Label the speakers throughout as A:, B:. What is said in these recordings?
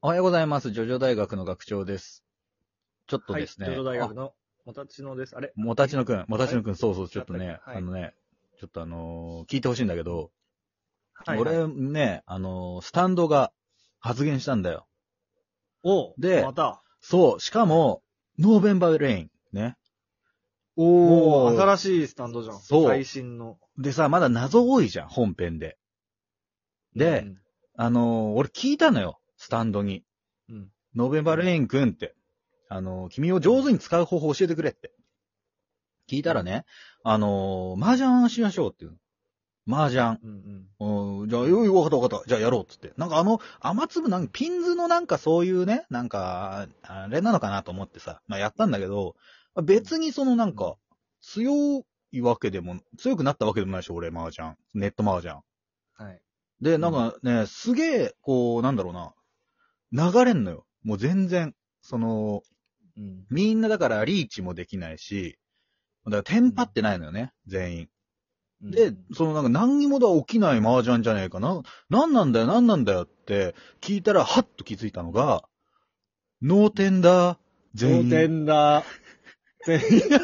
A: おはようございます。ジョジョ大学の学長です。ちょっとですね。
B: はい、上大学
A: あ
B: の、もたちのです。あれ
A: もたちのくん、もたちのくん、そうそう、ちょっとね、
B: はい
A: あのね、ちょっとあのー聞いてほしいんだけど、
B: はい。
A: 俺ね、あのースタンドが発言したんだよ。
B: お
A: で
B: また。
A: そう、しかも、ノーベンバーレイン。ね。
B: お
A: おー
B: ー、新しいスタンドじゃん。
A: そう
B: 最新の。
A: でさ、まだ謎多いじゃん、本編で。で、
B: うん
A: あのー俺聞いたのよ、スタンドに。
B: うん。
A: ノーベンバーレインくんって。あのー君を上手に使う方法教えてくれって。聞いたらね、あのー麻雀しましょうっていうの。麻雀。
B: うんうん。
A: うん、じゃあ、よい、わかったわかった。じゃあやろうっつって。なんかあの、雨粒なんか、ピンズのなんかそういうね、なんか、あれなのかなと思ってさ、まあやったんだけど、まあ別にそのなんか、強いわけでも、強くなったわけでもないし、俺、麻雀。ネット麻雀。
B: はい。
A: で、なんかね、すげえ、こう、なんだろうな、流れんのよ。もう全然、その、
B: うん。
A: みんなだからリーチもできないし、だからテンパってないのよね、全員。
B: う
A: で
B: ん、
A: そのなんか何にもだ起きない麻雀じゃねえかな。なんなんだよ、なんなんだよって聞いたら、はっと気づいたのが、脳天だ、全員。
C: 当然だ。全員。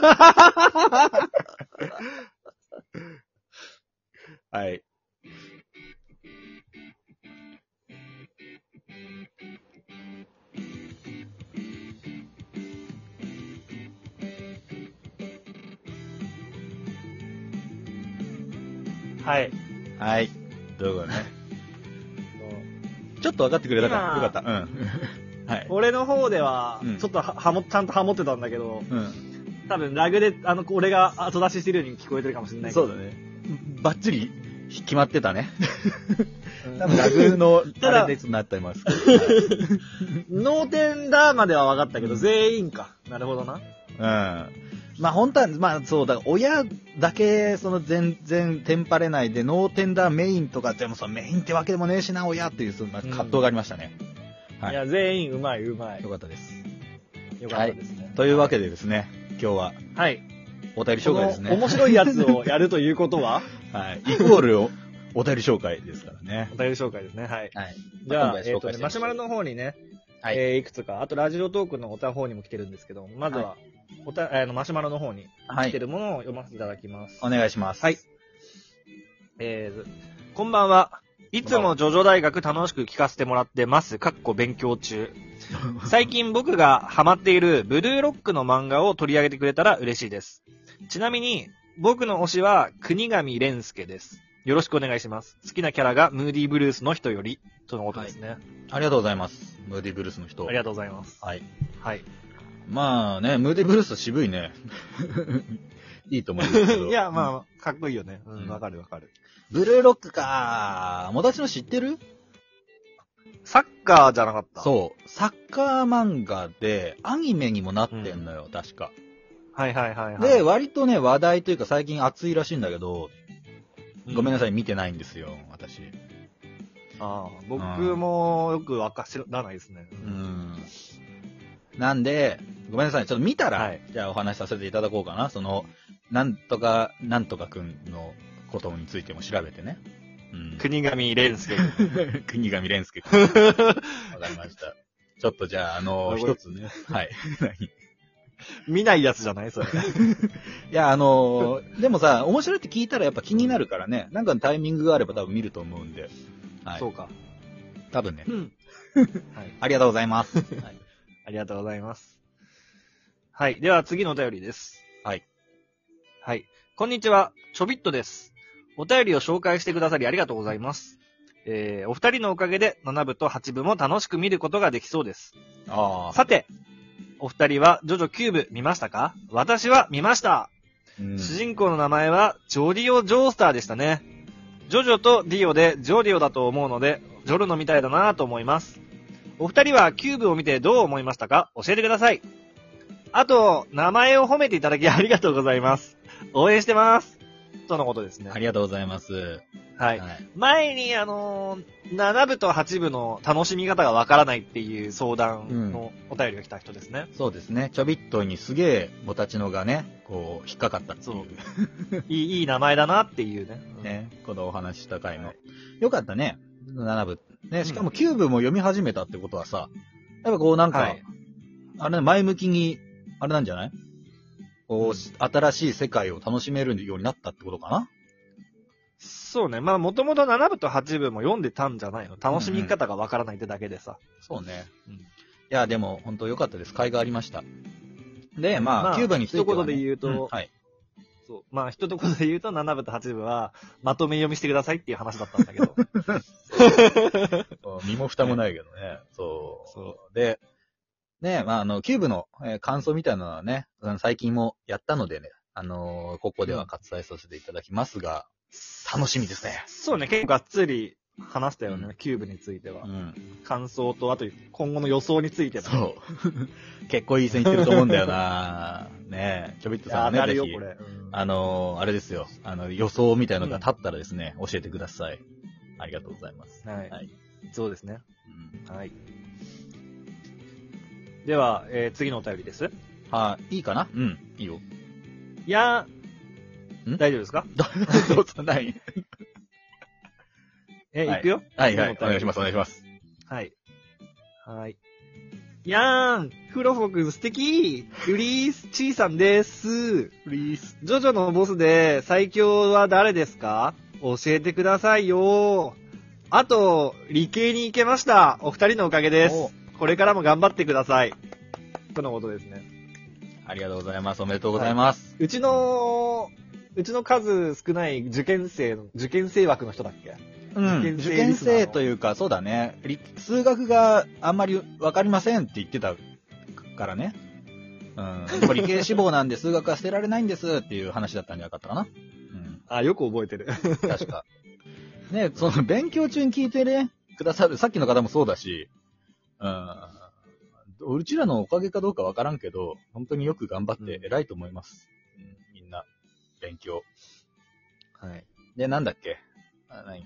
C: はい。
B: はい。
A: はい。どうだね。ちょっと分かってくれたから、
B: 今
A: よかった。うん。はい。
B: 俺の方では
A: うん、
B: ちょっとは、はも、ちゃんとハモってたんだけど、
A: うん。
B: 多分ラグで、あの、俺が後出ししてるように聞こえてるかもしれないけど。
A: そうだね。バッチリ決まってたね。
B: うん
A: 多分ラグの、
B: ただ
A: あれでなってますけど。
B: 脳天だまでは分かったけど、全員か。なるほどな。
A: うん。まあ本当は、まあそうだ、親だけ、その全然テンパれないで、ノーテンダーメインとか、でもそのメインってわけでもねえしな、親っていう、そのまあ
B: うん
A: 葛藤がありましたね。はい
B: い、や、全員うまい、うまい。
A: よ
B: よ
A: かったです。
B: かったですね。
A: というわけでですね、今日は
B: はい。
A: お便り紹介です
B: この
A: ね。
B: 面白いやつをやるということは、
A: はい。イコールおお便り紹介ですからね
B: お。便り紹介ですね。はい。
A: はい。
B: じゃ
A: 今
B: あ、
A: 回
B: え
A: 紹
B: っと
A: 介してみましょう
B: ね、マシュマロの方にね、
A: はい
B: い、えーいくつか、あとラジオトークのおた方にも来てるんですけど、まずは、おた、あの、マシュマロの方に
A: は
B: 来て
A: い。
B: るものを読ませていただきます。
A: お願いします。
B: はい。えーずこんばんは。いつもジョジョ大学楽しく聞かせてもらってます。かっこ勉強 中。最近僕がハマっているブルーロックの漫画を取り上げてくれたら嬉しいです。ちなみに、僕の推しは国上蓮介です。よろしくお願いします。好きなキャラがムーディーブルースの人より、とのことですね。
A: ありがとうございます。ムーディブルースの人。
B: ありがとうございます。
A: はい。
B: はい。
A: まあね、ムーディブルース渋いね。 いいと思いますけど。
B: いや、まあ、かっこいいよね。う
A: うん
B: ん、わかるわかる。
A: ブルーロックかもだちの知ってる
B: サッカーじゃなかった。う。
A: そう。サッカー漫画で、アニメにもなってんのよ、確か。
B: はいはいはい、はい。
A: で、、割とね、話題というか最近熱いらしいんだけど、ごめんなさ
B: い。
A: い、見てないんですよ、私。
B: ああ、僕もよくわか知らないですね。う
A: う。ん。なんで、ごめんなさい、ちょっと見たら、
B: はい
A: じゃあお話しさせていただこうかな。その、なんとか、なんとかくんのことについても調べてね。うん。
B: 国上蓮介。
A: 国上蓮介。わかりました。ちょっとじゃあ、あの、
B: これ
A: 一つね。はい。
B: 見ないやつじゃないそれ。
A: いや、あのーでもさ、面白いって聞いたらやっぱ気になるからね、なんかのタイミングがあれば多分見ると思うんで、はい
B: そ。うか。
A: 多分ね。
B: ん。 はい。
A: ありがとうございます。
B: ありがとうございます。はい。では次のお便りです。
A: はい。
B: はい。こんにちは。ちょびっとです。お便りを紹介してくださりありがとうございます。えー、お二人のおかげで7部と8部も楽しく見ることができそうです。
A: ああ。
B: さて、お二人はジョジョキューブ見ましたか私は見ました。
A: うん
B: 主人公の名前はジョリオ・ジョースターでしたね。ジョジョとディオでジョリオだと思うので、ジョルノみたいだなぁと思います。お二人はキューブを見てどう思いましたか教えてください。あと、名前を褒めていただきありがとうございます。応援してます。とのことですね。
A: ありがとうございます。
B: はい。前に、あのー、7部と8部の楽しみ方がわからないっていう相談のお便りが来た人ですね。
A: そうですね、ちょびっとにすげえ、ボタチノがね、こう、引っかかったってい
B: そう
A: う。
B: いい、いい名前だなっていうね。
A: ね、このお話しした回の。
B: はい
A: よかったね。7部、ね、しかもキューブも読み始めたってことはさ、やっぱこうなんか、
B: はい
A: あれね前向きに、あれなんじゃないこ
B: うん
A: う、し新しい世界を楽しめるようになったってことかな
B: そうね。まあ、もともと7部と8部も読んでたんじゃないの楽しみ方がわからないってだけでさ。
A: そうね。
B: うん
A: いや、でも、本当良かったです。甲斐がありました。で、
B: ま
A: ま
B: あ
A: あ、キューバについては、ね。
B: 一言で言うと
A: んはい。
B: そう。まあ、一言で言うと7部と8部は、まとめ読みしてくださいっていう話だったんだけ ど。
A: 身も蓋もないけどね。そう。で、ね、まあ、あの、キューブの、えー感想みたいなのはね、うん最近もやったのでね、あのーここでは割愛させていただきますが、楽しみですね。
B: そうね。結構がっつり話したよね。
A: う
B: キューブについては。
A: うん。
B: 感想と、あと今後の予想についても。
A: そう。 結構いい線いってると思うんだよなねえ、ちょびっと
B: い
A: さ
B: や
A: ん
B: ーな
A: もね、
B: る
A: ぜ
B: よ、
A: ひ
B: こ、れ。うん
A: あのーあれですよ、あの、予想みたいのが立ったらですね、教えてください。ありがとうございます。
B: はい
A: はい
B: そうですね。
A: うん
B: はい。では、えー次のお便りです。
A: はい、いいかなうん、いいよ。
B: いやー、
A: ん
B: 大丈夫ですか
A: どうぞ、ない。
B: え、
A: はい
B: いくよ
A: はいはい、お願いします、お願いします。
B: はい。はい。やーんフロフォ君素敵ルリース・チーさんです
A: リース。
B: ジョジョのボスで最強は誰ですか教えてくださいよあと、理系に行けましたお二人のおかげです
A: お
B: これからも頑張ってくださいとのことですね。
A: ありがとうございます。おめでとうございます。
B: うちの、うちの数少ない受験生の、受験生枠の人だっけ
A: うん。
B: 受
A: 受
B: 験
A: 験
B: 生
A: 生というか、そうだね。理数学があんまりわかりませんって言ってたからね。うん。やっぱ理系志望なんで数学は捨てられないんですっていう話だったんじゃなかったかな。
B: あ、よく覚えてる。
A: うん。確か。 ね、その勉強中に聞いてね、くださる、さっきの方もそうだし、うん。うちらのおかげかどうかわからんけど、本当によく頑張って偉いと思います。うん、みんな、勉強。
B: はい。
A: で、なんだっけあ、何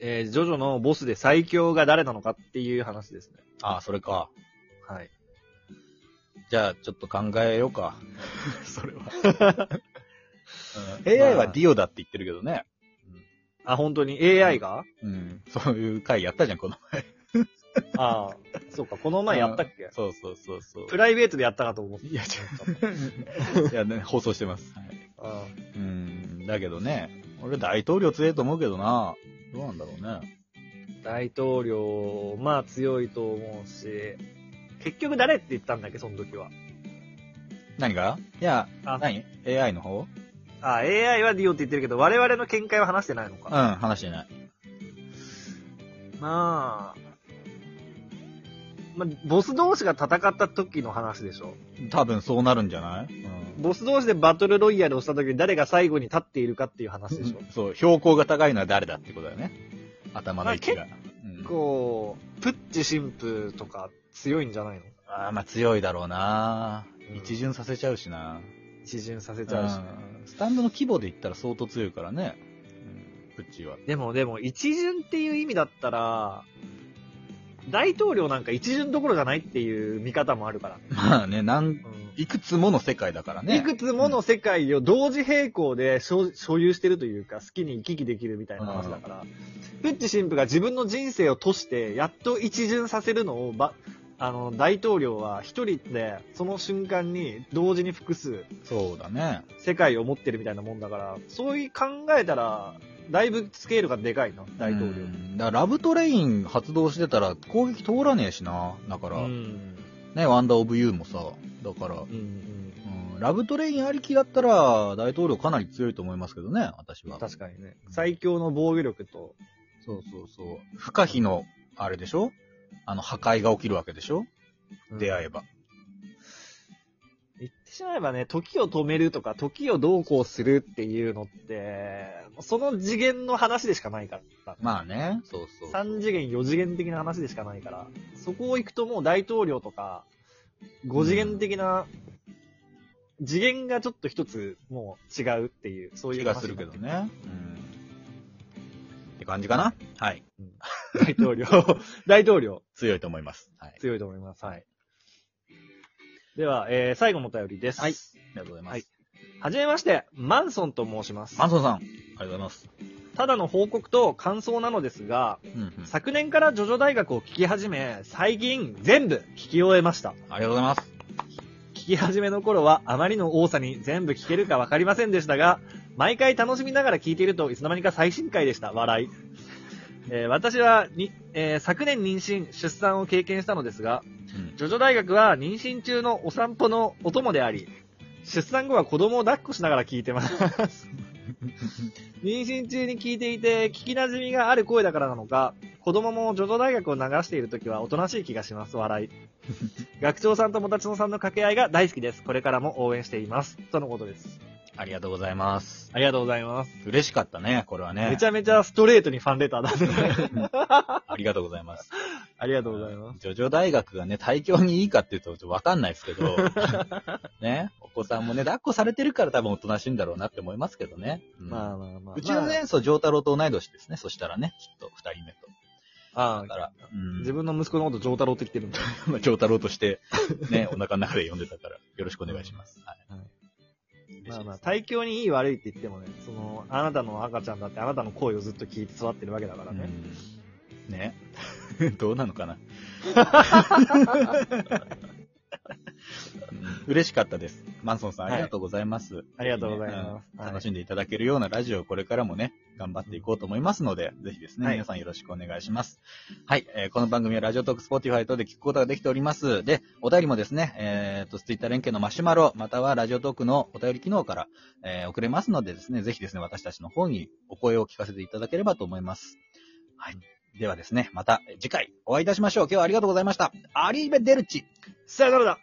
B: えージョジョのボスで最強が誰なのかっていう話ですね。
A: あ、それか。
B: はい。
A: じゃあ、ちょっと考えようか。 それは。うん AI はディオだって言ってるけどね。
B: あ、本当に AI が
A: うん。そういう回やったじゃん、この
B: ああ、そうか、この前やったっけ
A: 前。 そうそうそうそう。
B: プライベートでやったかと思って。
A: いや、ちょっと。いや、ね、放送してます。はい、
B: あ
A: うん。だけどね、俺大統領強いと思うけどな。どうなんだろうね。
B: ー大統領、まあ強いと思うし、結局誰って言ったんだっけ、その時は。
A: 何がいや、
B: あ
A: 何 ?AI の方
B: あ、AI はディオって言ってるけど、我々の見解は話してないの
A: うん、
B: か。
A: 話してない。
B: まあ、まあ、ボス同士が戦った時の話でしょ。
A: 多分そうなるんじゃないうん。
B: ボス同士でバトルロイヤルをした時に誰が最後に立っているかっていう話でしょ。
A: そう、標高が高いのは誰だってことだよね。頭の位置が。うん
B: 結構、プッチ神父とか強いんじゃないの
A: あーまあ強いだろうな、
B: うん
A: 一巡させちゃうしな
B: 一巡させちゃうし、ね。
A: うんスタンドの規模で言ったら相当強いからね。うん、プッチは。
B: でもでも、一巡っていう意味だったら、大統領なんか一巡どころじゃないっていう見方もあるからね。
A: まあね、なん、
B: うん
A: いくつもの世界だからね。
B: いくつもの世界を同時並行で所所有してるというか、好きに行き来できるみたいな話だから、プッチ神父が自分の人生をとして、やっと一巡させるのを、ばあの、大統領は一人で、その瞬間に同時に複数、
A: そうだね。
B: 世界を持ってるみたいなもんだから、そういう考えたら、だいぶスケールがでかいな、大統領
A: う。んだからラブトレイン発動してたら攻撃通らねえしな。だから、
B: うん。
A: ね、ワンダーオブユーもさ、だから、う
B: うんうん。
A: ん、ラブトレインありきだったら大統領かなり強いと思いますけどね、私は。
B: 確かにね。最強の防御力と、
A: そうそうそう。不可避の、あれでしょあの、破壊が起きるわけでしょ、出会え
B: ば。
A: ば。
B: 言ってしまえばね、時を止めるとか、時をどうこうするっていうのって、その次元の話でしかないから。
A: まあね。そうそうそう。
B: 3次元、4次元的な話でしかないから、そこを行くともう大統領とか、5次元的な、次元がちょっと一つもう違うっていう、そういう
A: 気
B: 話
A: がするけどね。うん。って感じかなはい。
B: 大統領、 大統領、
A: 強いと思います。はい。
B: 強いと思います。はい。では、えー最後のお便りです。
A: はいありがとうございます。
B: はいはじめまして、マンソンと申します
A: マ。ンソンさん、ありがとうございます。
B: ただの報告と感想なのですが、
A: うんうん。
B: 昨年からジョジョ大学を聞き始め、最近全部聞き終えました。
A: ありがとうございます。
B: 聞き始めの頃はあまりの多さに全部聞けるかわかりませんでしたが、毎回楽しみながら聞いているといつの間にか最新回でした。笑い。えー私はに、えー昨年妊娠、出産を経験したのですが、
A: うん
B: ジョジョ大学は妊娠中のお散歩のお供であり、出産後は子供を抱っこしながら聞いてます。 妊娠中に聞いていて、聞き馴染みがある声だからなのか、子供もジョジョ大学を流しているときはおとなしい気がします、笑 い。学長さんともたちのさんの掛け合いが大好きです。これからも応援しています。とのことです。
A: ありがとうございます。
B: ありがとうございます。
A: 嬉しかったね、これはね。
B: めちゃめちゃストレートにファンレターだね。
A: ありがとうございます。
B: ありがとうございます。
A: ジョジョ大学がね、体調にいいかっていうと、ちょっとわかんないですけ ど、ね、お子さんもね、抱っこされてるから多分おとなしいんだろうなって思いますけどね。うん
B: まあまあまあ。
A: うちのね、そう、上太郎と同い年ですね。そしたらね、きっと、二人目と。
B: まあ、あ
A: だか
B: あ
A: ら、うん
B: 自分の息子のこと上太郎って言ってるんだ。
A: 分、上太郎として、ね、お腹の中で呼んでたから、よろしくお願いします。はい。
B: まあま
A: 嬉しいで
B: あ、体調にいい悪いって言ってもね、その、あなたの赤ちゃんだってあなたの声をずっと聞いて座ってるわけだから
A: す
B: ね。
A: うんね。 どうなのか な。うん嬉しかったです。マンソンさん、
B: はい
A: ありがとうございます。
B: ありがとうございます
A: うん
B: はい
A: 楽しんでいただけるようなラジオをこれからもね、頑張っていこうと思いますので、ぜひですね、
B: はい
A: 皆さんよろしくお願いします。はい、えーこの番組はラジオトーク、スポティファイ等で聞くことができております。で、お便りもですね、えー、と、ツイッター連携のマシュマロ、またはラジオトークのお便り機能から、えー送れますのでですね、ぜひですね、私たちの方にお声を聞かせていただければと思います。はい。ではですね、また次回お会いいたしましょう。今日はありがとうございました。アリーベデルチ。
B: さよならだ